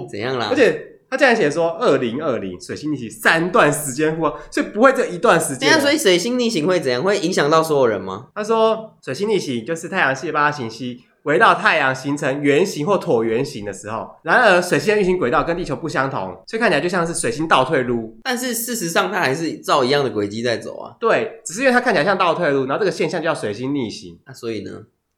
Speaker 2: 哇，
Speaker 1: 怎样啦
Speaker 2: 而？且他竟然写说二零二零水星逆行三段时间互换，所以不会这一段时
Speaker 1: 等
Speaker 2: 间
Speaker 1: 一
Speaker 2: 啊。
Speaker 1: 下，所以水星逆行会怎样？会影响到所有人吗？
Speaker 2: 他说水星逆行就是太阳系的八大行星围绕太阳形成圆形或椭圆形的时候，然而水星的运行轨道跟地球不相同，所以看起来就像是水星倒退路。
Speaker 1: 但是事实上，它还是照一样的轨迹在走啊。
Speaker 2: 对，只是因为它看起来像倒退路，然后这个现象就叫水星逆行。
Speaker 1: 那啊所以呢？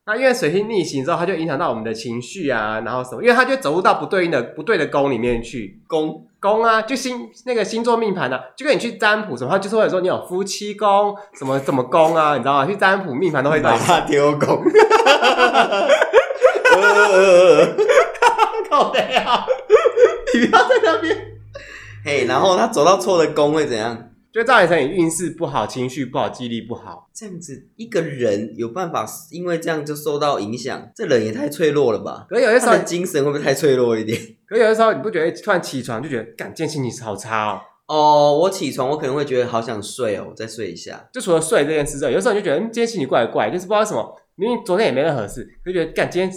Speaker 2: 那因为水星逆行之后，它就影响到我们的情绪啊，然后什么，因为它就走入到不对应的不对的宫里面去。
Speaker 1: 宫
Speaker 2: 宫啊，就星那个星座命盘啊，就跟你去占卜什么，它就是会说你有夫妻宫什 么什么宫啊，你知道吗？去占卜命盘都会
Speaker 1: 把
Speaker 2: 到。
Speaker 1: 它丢宫。
Speaker 2: 靠背啊！你不要在那边。
Speaker 1: 嘿，然后他走到错的宫会怎样？
Speaker 2: 就造成你运势不好、情绪不好、记忆力不好。
Speaker 1: 这样子一个人有办法因为这样就受到影响，这人也太脆弱了吧？
Speaker 2: 可是有些时
Speaker 1: 他
Speaker 2: 候
Speaker 1: 的，精神会不会太脆弱一点？
Speaker 2: 可是有些时候你不觉得突然起床就觉得，干，今天心情好差哦。
Speaker 1: 哦，我起床我可能会觉得好想睡哦，我再睡一下。
Speaker 2: 就除了睡这件事之外，有时候你就觉得，嗯，今天心情怪怪，就是不知道为什么，明明昨天也没任何事，就觉得干，今天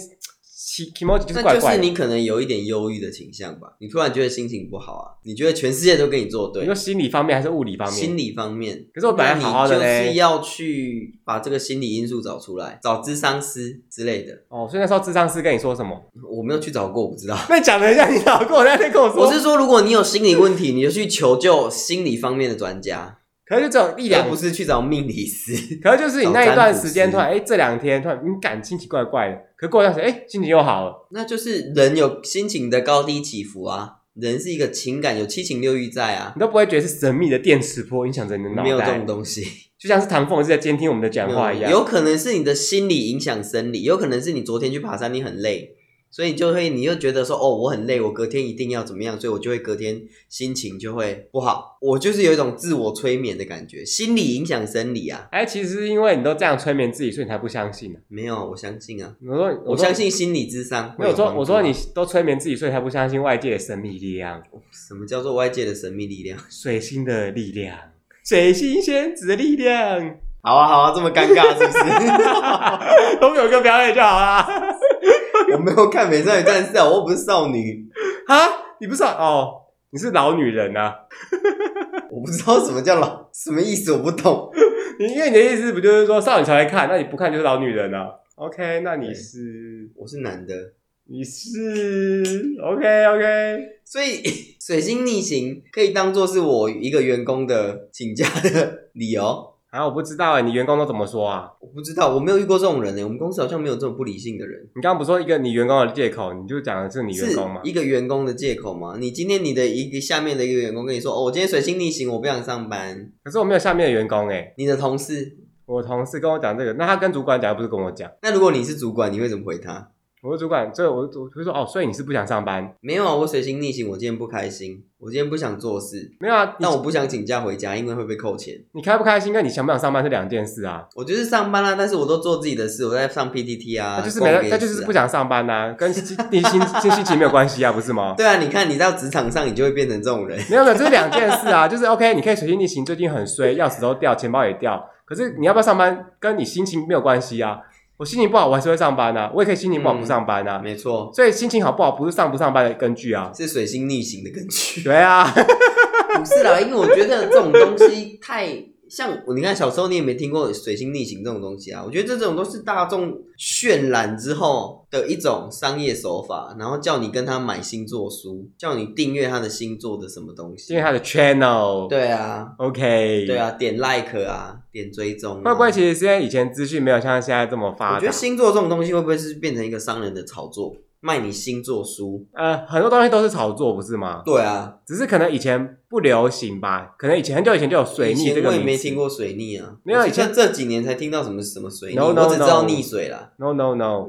Speaker 2: 起 emoji 就是怪
Speaker 1: 那就
Speaker 2: 怪
Speaker 1: 是
Speaker 2: 的。
Speaker 1: 你可能有一点忧郁的倾向吧，你突然觉得心情不好啊，你觉得全世界都跟你作
Speaker 2: 你
Speaker 1: 对
Speaker 2: 说，心理方面还是物理方面？
Speaker 1: 心理方面。
Speaker 2: 可是我本来好好的
Speaker 1: 那你就
Speaker 2: 嘞
Speaker 1: 是。要去把这个心理因素找出来，找智商师之类的。
Speaker 2: 哦，所以那时候智商师跟你说什么？
Speaker 1: 我没有去找过，我不知 道。
Speaker 2: 那你讲了一下，你老跟我在那边跟我说，
Speaker 1: 我是说，如果你有心理问题，你就去求救心理方面的专家，
Speaker 2: 可是就只有一
Speaker 1: 而
Speaker 2: 两
Speaker 1: 不是去找命理师。
Speaker 2: 可能就是你那一段时间
Speaker 1: 找占卜师
Speaker 2: 突然，哎、这两天突然你感心情怪怪的，可过一段时间，哎、心情又好了。
Speaker 1: 那就是人有心情的高低起伏啊，人是一个情感有七情六欲在啊
Speaker 2: 你，都不会觉得是神秘的电磁波影响着你的脑
Speaker 1: 没有这
Speaker 2: 袋
Speaker 1: 种，东西。
Speaker 2: 就像是唐凤是在监听我们的讲话一样。
Speaker 1: 有可能是你的心理影响生理，有可能是你昨天去爬山你很累，所以你就会你又觉得说哦我很累，我隔天一定要怎么样，所以我就会隔天心情就会不好。我就是有一种自我催眠的感觉，心理影响生理啊。
Speaker 2: 哎、其实是因为你都这样催眠自己，所以你才不相信呢、啊
Speaker 1: 没有，我相信啊，
Speaker 2: 我说，
Speaker 1: 我
Speaker 2: 说
Speaker 1: 相。信心理智商
Speaker 2: 没
Speaker 1: 会
Speaker 2: 有
Speaker 1: 有
Speaker 2: 我说，
Speaker 1: 帮助啊。
Speaker 2: 我说你都催眠自己，所以才不相信外界的神秘力量、
Speaker 1: 什么叫做外界的神秘力量？
Speaker 2: 水星的力量、水星仙子的力量。
Speaker 1: 好啊好啊，这么尴尬是 不
Speaker 2: 我们有个表演就好啦。
Speaker 1: 是？我没有看《美少女战士》啊，我又不是少女，
Speaker 2: 啊，你不是哦，你是老女人啊。
Speaker 1: 我不知道什么叫老，什么意思我不懂。
Speaker 2: 你因为你的意思不就是说少女才会看，那你不看就是老女人啊？OK，那你是
Speaker 1: 我是男的，
Speaker 2: 你是 OK OK，
Speaker 1: 所以 水星逆行可以当做是我一个员工的请假的理由。
Speaker 2: 啊，我不知道哎、你员工都怎么说啊？
Speaker 1: 我不知道，我没有遇过这种人呢、欸我们公司好像没有这种不理性的人，
Speaker 2: 你刚刚不是说一个你员工的借口，你就讲的是你员
Speaker 1: 是
Speaker 2: 工吗？
Speaker 1: 一个员工的借口吗？你今天你的一个下面的一个员工跟你说，哦，我今天水星逆行，我不想上班。
Speaker 2: 可是我没有下面的员工哎、
Speaker 1: 你的同事，
Speaker 2: 我同事跟我讲这个，那他跟主管讲，又不是跟我讲。
Speaker 1: 那如果你是主管，你会怎么回他？
Speaker 2: 我的主管，所以我我就说哦，所以你是不想上班？
Speaker 1: 没有啊，我水星逆行，我今天不开心，我今天不想做事，
Speaker 2: 没有啊，你
Speaker 1: 但我不想请假回家，因为会被扣钱。
Speaker 2: 你开不开心跟你想不想上班是两件事啊。
Speaker 1: 我就是上班啦、但是我都做自己的事，我在上 PTT 啊，
Speaker 2: 他就是没，
Speaker 1: 逛
Speaker 2: 他就
Speaker 1: Gates
Speaker 2: 是
Speaker 1: 啊
Speaker 2: 不想上班呐、啊，跟心你心心心情没有关系啊，不是吗？
Speaker 1: 对啊，你看你到职场上，你就会变成这种人。
Speaker 2: 没有没有，这是两件事啊。就是 OK，你可以随心逆行，最近很衰，钥匙都掉，钱包也掉。可是你要不要上班，跟你心情没有关系啊。我心情不好，我还是会上班啊。我也可以心情不好不上班啊。
Speaker 1: 没错，
Speaker 2: 所以心情好不好不是上不上班的根据啊。
Speaker 1: 是水星逆行的根据。
Speaker 2: 对啊，
Speaker 1: 不是啦，因为我觉得这种东西太像，你看小时候你也没听过水星逆行这种东西啊。我觉得这种都是大众渲染之后的一种商业手法，然后叫你跟他买星座书，叫你订阅他的星座的什么东
Speaker 2: 因为
Speaker 1: 西。
Speaker 2: 他的 channel。
Speaker 1: 对啊，
Speaker 2: ，OK，
Speaker 1: 对。啊，点 like 啊，点追踪、啊。
Speaker 2: 会不会其实啊是因为以前资讯没有像现在这么
Speaker 1: 我
Speaker 2: 发
Speaker 1: 觉
Speaker 2: 达
Speaker 1: 得？星座这种东西会不会是变成一个商人的炒作，卖你星座书？
Speaker 2: 呃，很多东西都是炒作，不是吗？
Speaker 1: 对啊，
Speaker 2: 只是可能以前不流行吧，可能以前很久以前就有水
Speaker 1: 以
Speaker 2: 逆
Speaker 1: 前
Speaker 2: 这个
Speaker 1: 我
Speaker 2: 名
Speaker 1: 也
Speaker 2: 词。
Speaker 1: 没听过水逆啊，
Speaker 2: 没有
Speaker 1: 我
Speaker 2: 以前
Speaker 1: 是这几年才听到什么什么水逆
Speaker 2: No, no,
Speaker 1: 我只知道
Speaker 2: no
Speaker 1: 溺水啦。
Speaker 2: No no no，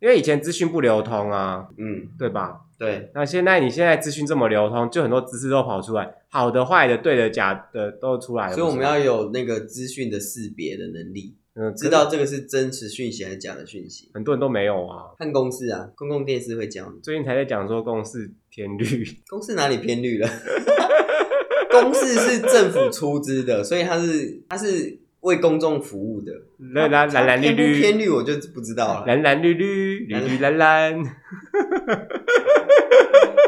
Speaker 2: 因为以前资讯不流通啊，
Speaker 1: 嗯，
Speaker 2: 对吧？
Speaker 1: 对，
Speaker 2: 那现在你现在资讯这么流通，就很多知识都跑出来，好的、坏的、对的、假的都出来了。
Speaker 1: 所以我们
Speaker 2: 不是吗
Speaker 1: 要有那个资讯的识别的能力，
Speaker 2: 嗯
Speaker 1: 知道这个是真实讯息还是假的讯息。
Speaker 2: 很多人都没有啊。
Speaker 1: 看公式啊，公共电视会教你，
Speaker 2: 最近才在讲说公式偏绿，
Speaker 1: 公式哪里偏绿 了？公式是政府出资的，所以它是它是为公众服务的。
Speaker 2: 蓝蓝蓝蓝绿
Speaker 1: 偏不偏
Speaker 2: 绿，
Speaker 1: 绿我就不知道了。
Speaker 2: 蓝蓝绿绿，绿绿蓝蓝。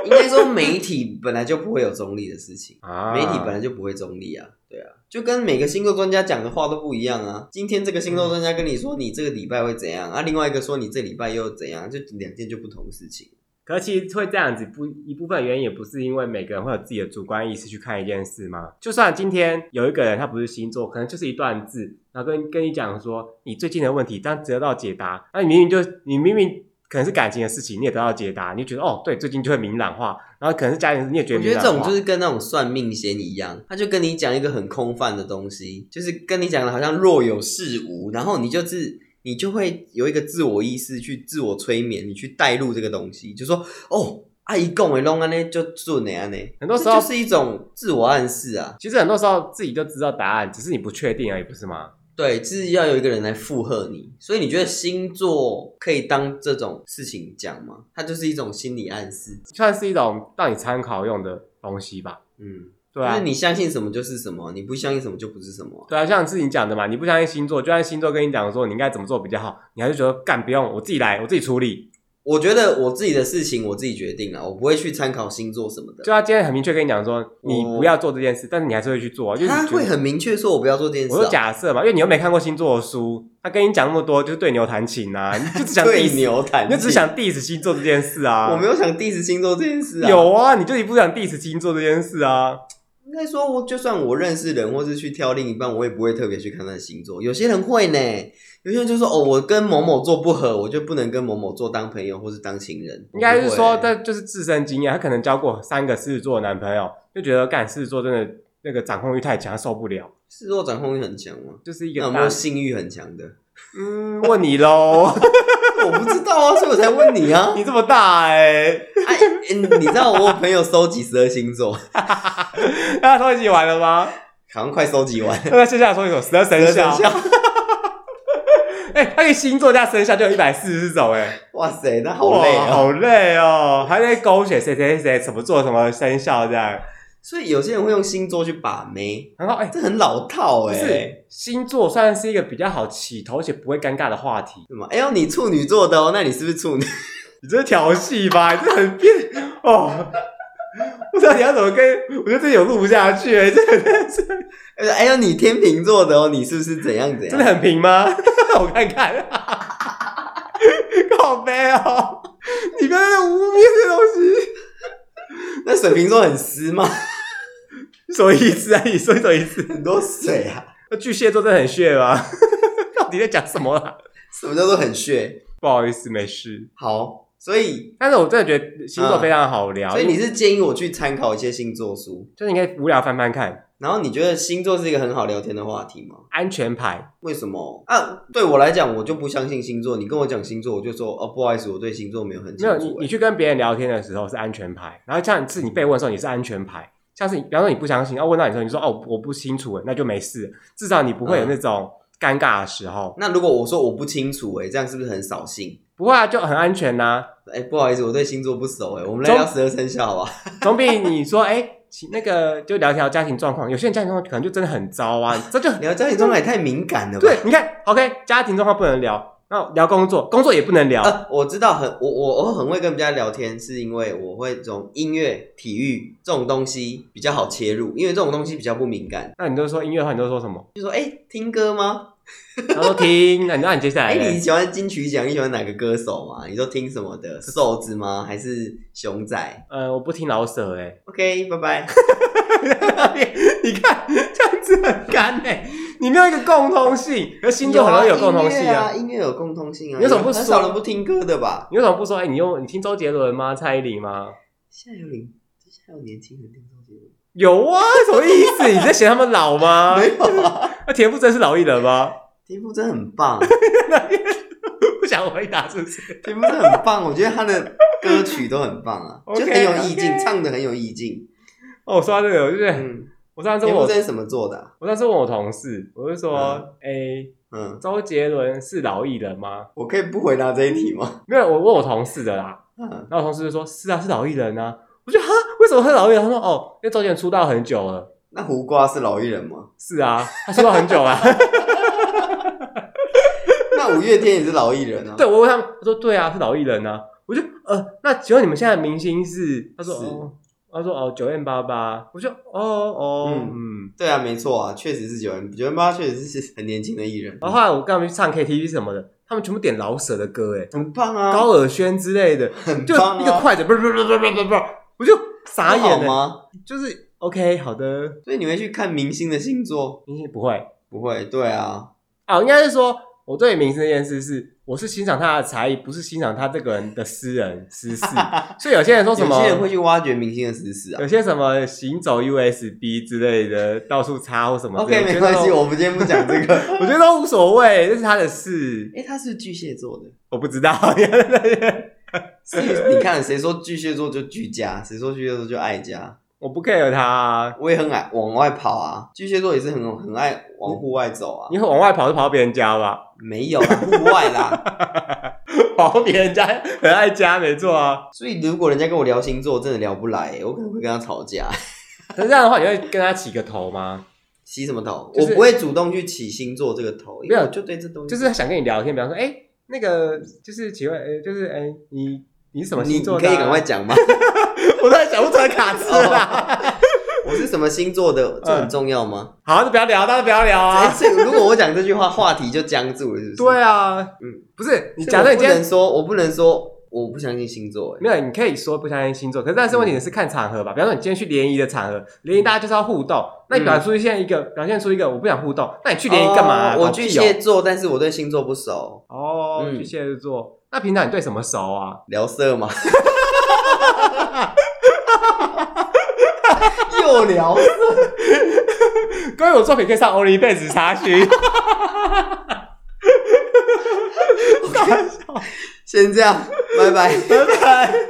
Speaker 1: 应该说媒体本来就不会有中立的事情。
Speaker 2: 啊，
Speaker 1: 媒体本来就不会中立啊，对啊，就跟每个星座专家讲的话都不一样啊。今天这个星座专家跟你说你这个礼拜会怎样啊，另外一个说你这礼拜又怎样，就两件就不同的事情。
Speaker 2: 可其实会这样子，不一部分原因也不是因为每个人会有自己的主观意识去看一件事嘛。就算今天有一个人他不是星座，可能就是一段字，然后跟跟你讲说你最近的问题，但得到解答，那你明明就你明明可能是感情的事情，你也得到解答，你就觉得哦，对，最近就会明朗化，然后可能是家庭的事，你也觉
Speaker 1: 我
Speaker 2: 得
Speaker 1: 觉
Speaker 2: 明
Speaker 1: 得
Speaker 2: 朗
Speaker 1: 这
Speaker 2: 化。
Speaker 1: 种就是跟那种算命仙一样，他就跟你讲一个很空泛的东西，就是跟你讲的好像若有似无，然后你就是。你就会有一个自我意识去自我催眠，你去带入这个东西，就说哦，阿姨讲的弄安呢就准的啊安呢，
Speaker 2: 很多时候
Speaker 1: 这就是一种自我暗示啊。
Speaker 2: 其实很多时候自己就知道答案，只是你不确定而已，不是吗？
Speaker 1: 对，就是要有一个人来附和你，所以你觉得星座可以当这种事情讲吗？它就是一种心理暗示，
Speaker 2: 算是一种让你参考用的东西吧。
Speaker 1: 嗯，就
Speaker 2: 对啊
Speaker 1: 是，你相信什么就是什么，你不相信什么就不是什么啊、
Speaker 2: 对啊，像是你讲的嘛，你不相信星座，就算星座跟你讲说你应该怎么做比较好，你还是觉得干不用，我自己来，我自己处理。
Speaker 1: 我觉得我自己的事情我自己决定了，我不会去参考星座什么的。
Speaker 2: 就他今天很明确跟你讲说你
Speaker 1: 我
Speaker 2: 不要做这件事，但是你还是会去做啊，就是
Speaker 1: 哦他
Speaker 2: 你觉
Speaker 1: 会
Speaker 2: 得。
Speaker 1: 很明确说我不要做这件事、
Speaker 2: 我就
Speaker 1: 啊。
Speaker 2: 假设嘛，因为你又没看过星座的书，他跟你讲那么多，就是对牛弹 琴啊，你就只想
Speaker 1: 对
Speaker 2: diss，你
Speaker 1: 牛弹，
Speaker 2: 就只，想 diss 星座这件事啊。
Speaker 1: 我没有想 diss 星座这件事啊。，
Speaker 2: 有啊，你就一不想 diss 星座这件事啊。
Speaker 1: 应该说，我就算我认识人，或是去挑另一半，我也不会特别去看他的星座。有些人会呢，有些人就说哦，我跟某某座不合，我就不能跟某某座当朋友或是当情人。
Speaker 2: 应该是说，
Speaker 1: 我不会
Speaker 2: 但就是自身经验，他可能交过三个狮子座的男朋友，就觉得干狮子座真的那个掌控欲太强，他受不了，
Speaker 1: 狮子座掌控欲很强吗？
Speaker 2: 就是一
Speaker 1: 那
Speaker 2: 个
Speaker 1: 有没有
Speaker 2: 大。
Speaker 1: 性欲很强的？
Speaker 2: 嗯，问你喽，
Speaker 1: 我不知道啊，所以我才问你啊。
Speaker 2: 你这么大哎、
Speaker 1: 哎，欸你知道我有朋友收集十二星座，
Speaker 2: 大家都一起玩了吗？
Speaker 1: 好像快收集完了。
Speaker 2: 那在线下说一首十二生
Speaker 1: 十二，
Speaker 2: 肖
Speaker 1: 生肖
Speaker 2: 哎、他可以星座加生肖就有一百四十种哎，
Speaker 1: 哇塞，那好累
Speaker 2: 哇
Speaker 1: 啊、
Speaker 2: 好累哦，还在勾选谁谁谁怎么做什么生肖这样，
Speaker 1: 所以有些人会用星座去把妹，
Speaker 2: 然后哎，
Speaker 1: 这很老套
Speaker 2: 不
Speaker 1: 哎、
Speaker 2: 是星座算是一个比较好起头而且不会尴尬的话题，
Speaker 1: 什么？哎呦，你处女座的哦，那你是不是处女？
Speaker 2: 你这是调戏吧？你这很变哦！不知道你要怎么跟，我觉得这有录不下去、欸，这很这
Speaker 1: 哎呦，你天秤座的哦，你是不是怎样怎
Speaker 2: 真的
Speaker 1: 样？
Speaker 2: 很平吗？ 我看看， 靠背哦！你不要在那污蔑这东西，
Speaker 1: 那水瓶座很湿吗？
Speaker 2: 什么意思啊？你说什么意思？
Speaker 1: 很多水啊。
Speaker 2: 那巨蟹座真的很屑吗？ 到底在讲什么啦？
Speaker 1: 什么叫做很血？
Speaker 2: 不好意思，没事。
Speaker 1: 好，所以
Speaker 2: 但是我真的觉得星座非常好聊，
Speaker 1: 所以你是建议我去参考一些星座书，
Speaker 2: 就是你可以无聊翻翻看，
Speaker 1: 然后你觉得星座是一个很好聊天的话题吗？
Speaker 2: 安全牌
Speaker 1: 为什么啊？对我来讲，我就不相信星座。你跟我讲星座，我就说哦，不好意思，我对星座没有很
Speaker 2: 没
Speaker 1: 清
Speaker 2: 有你，
Speaker 1: 楚、
Speaker 2: 你
Speaker 1: 欸。
Speaker 2: 去跟别人聊天的时候是安全牌，然后像是你被问的时候你是安全牌，像是你，比方说你不相信，然后问到你之后你说哦我不清楚，那就没事，至少你不
Speaker 1: 嗯
Speaker 2: 会有那种尴尬的时候，
Speaker 1: 那如果我说我不清楚、欸，哎，这样是不是很扫兴？
Speaker 2: 不会啊，就很安全呐、
Speaker 1: 哎、不好意思，我对星座不熟、欸，哎，我们来聊
Speaker 2: 中
Speaker 1: 十二生肖好吧？
Speaker 2: 总比你说哎其那个就聊一聊家庭状况，有些人家庭状况可能就真的很糟啊，这就很
Speaker 1: 聊家庭状态也太敏感了吧？
Speaker 2: 对，你看 OK 家庭状况不能聊，那聊工作，工作也不能聊，
Speaker 1: 啊，我知道很我我我很会跟人家聊天，是因为我会从音乐、体育这种东西比较好切入，因为这种东西比较不敏感。
Speaker 2: 那你就说音乐的话你就说什么，
Speaker 1: 就说哎、听歌吗？
Speaker 2: 然后听，那你那你接下来
Speaker 1: 哎、
Speaker 2: 嘞、
Speaker 1: 你喜欢金曲奖？你喜欢哪个歌手吗？你都听什么的？瘦子吗？还是熊仔
Speaker 2: 呃我不听老舍哎、
Speaker 1: ？OK，拜 拜。
Speaker 2: 你看这样子很干哎、你没有一个共通性，而星座很
Speaker 1: 有
Speaker 2: 容易有共通
Speaker 1: 啊，音
Speaker 2: 性
Speaker 1: 乐啊，音乐有共通性啊。
Speaker 2: 你为什么不
Speaker 1: 很
Speaker 2: 说
Speaker 1: 少人不听歌的吧？
Speaker 2: 你为什么不说？哎、你用你听周杰伦吗？蔡依林吗？
Speaker 1: 现在有年，现在有年轻人听周杰伦
Speaker 2: 有啊，什么意思？你在嫌他们老吗？
Speaker 1: 没有啊，
Speaker 2: 那田馥甄是老艺人吗？
Speaker 1: 田馥甄很棒，
Speaker 2: 不想回答是不是？
Speaker 1: 田馥甄很棒，我觉得他的歌曲都很棒啊，就
Speaker 2: OK，
Speaker 1: 很有意境，
Speaker 2: OK
Speaker 1: 唱的很有意境。
Speaker 2: 哦，我说到这个，我就是
Speaker 1: 嗯，
Speaker 2: 我上次
Speaker 1: 田
Speaker 2: 问
Speaker 1: 馥
Speaker 2: 我，
Speaker 1: 甄什么做的啊？
Speaker 2: 我上次问我同事，我就说，哎、
Speaker 1: 嗯，
Speaker 2: 周杰伦是老艺人吗？
Speaker 1: 我可以不回答这一题吗？
Speaker 2: 没有，我问我同事的啦。
Speaker 1: 嗯，
Speaker 2: 然后我同事就说，是啊，是老艺人啊。我就哈，为什么他是老艺人？他说，哦，因为周杰伦出道很久了。
Speaker 1: 那胡瓜是老艺人吗？
Speaker 2: 是啊，他出道很久啊。
Speaker 1: 那五月天也是老艺人啊。
Speaker 2: 对，我问他们，他说对啊，是老艺人啊。我就呃，那请问你们现在的明星是？他说
Speaker 1: 是
Speaker 2: 哦，他说哦，九 N 八八。我就哦哦嗯
Speaker 1: 对啊，没错啊，确实是九零九零八，确实是很年轻的艺人，
Speaker 2: 然后后来我跟他们去唱 KTV 什么的，他们全部点老舍的歌，哎，
Speaker 1: 很棒啊，
Speaker 2: 高尔宣之类的，
Speaker 1: 很
Speaker 2: 就
Speaker 1: 棒
Speaker 2: 一个
Speaker 1: 啊，
Speaker 2: 快嘴，不是不是不是不是不是，我就傻
Speaker 1: 不好
Speaker 2: 眼了，
Speaker 1: 吗？
Speaker 2: 就是 OK 好的，
Speaker 1: 所以你会去看明星的星座？
Speaker 2: 明星不会
Speaker 1: 不会，对啊，
Speaker 2: 啊，应该是说我对明星这件事是我是欣赏他的才艺，不是欣赏他这个人的私人私 事。所以有些人说什
Speaker 1: 有
Speaker 2: 么，
Speaker 1: 些人会去挖掘明星的私事啊。
Speaker 2: 有些什么行走 USB 之类的，到处插或什么之类
Speaker 1: OK，
Speaker 2: 的。
Speaker 1: 没关系，
Speaker 2: 觉得
Speaker 1: 我们今天不讲这个。
Speaker 2: 都我觉得都无所谓，这是他的事，
Speaker 1: 哎、他是巨蟹座的，
Speaker 2: 我不知道。
Speaker 1: 所以你看，谁说巨蟹座就居家，谁说巨蟹座就爱家，
Speaker 2: 我不 care 他啊、
Speaker 1: 我也很爱往外跑啊。巨蟹座也是很很爱往户外走啊。
Speaker 2: 你往外跑就跑到别人家吧，
Speaker 1: 没有啦，户外啦。
Speaker 2: 跑到别人家很爱家，没错啊。
Speaker 1: 所以如果人家跟我聊星座，真的聊不来、欸我可能会跟他吵架。
Speaker 2: 可是这样的话，你会跟他起个头吗？
Speaker 1: 起什么头？
Speaker 2: 就是
Speaker 1: 我不会主动去起星座这个头，因
Speaker 2: 没
Speaker 1: 为
Speaker 2: 有
Speaker 1: 我就对这东西
Speaker 2: 就是想跟你聊天，比方说，哎、那个就是请问，哎、就是哎、你你是什么
Speaker 1: 你
Speaker 2: 星
Speaker 1: 你
Speaker 2: 座
Speaker 1: 可
Speaker 2: 的啊、
Speaker 1: 以赶快哦讲吗？
Speaker 2: 我突然想不出来卡字了啦。
Speaker 1: 我是什么星座
Speaker 2: 嗯
Speaker 1: 的，这很重要吗？
Speaker 2: 好，就不要聊，大家不要聊
Speaker 1: 哎
Speaker 2: 啊。
Speaker 1: 所以如果我讲这句话，话题就僵住了，是不是？
Speaker 2: 对啊，
Speaker 1: 嗯
Speaker 2: 嗯，不是你
Speaker 1: 所以
Speaker 2: 假设
Speaker 1: 我
Speaker 2: 你
Speaker 1: 不
Speaker 2: 今天
Speaker 1: 能说，我不能说我不相信星座、哎
Speaker 2: 没有，你可以说不相信星座，可是但是问题是看场合吧。比方说你今天去联谊的场合，联谊大家就是要互
Speaker 1: 嗯
Speaker 2: 动，那你表现出现一个、表现出一个我不想互动，那你去联谊干嘛、
Speaker 1: 哦我
Speaker 2: 搞
Speaker 1: 巨
Speaker 2: 屁哦
Speaker 1: 蟹座，但是我对星座不熟，
Speaker 2: 哦，
Speaker 1: 嗯
Speaker 2: 巨蟹座。那平常你对什么 熟啊？
Speaker 1: 聊色 吗？又聊色，
Speaker 2: 各位，我作品可以上 OnlyFans 查 询。
Speaker 1: 先这样，拜拜。
Speaker 2: 拜拜。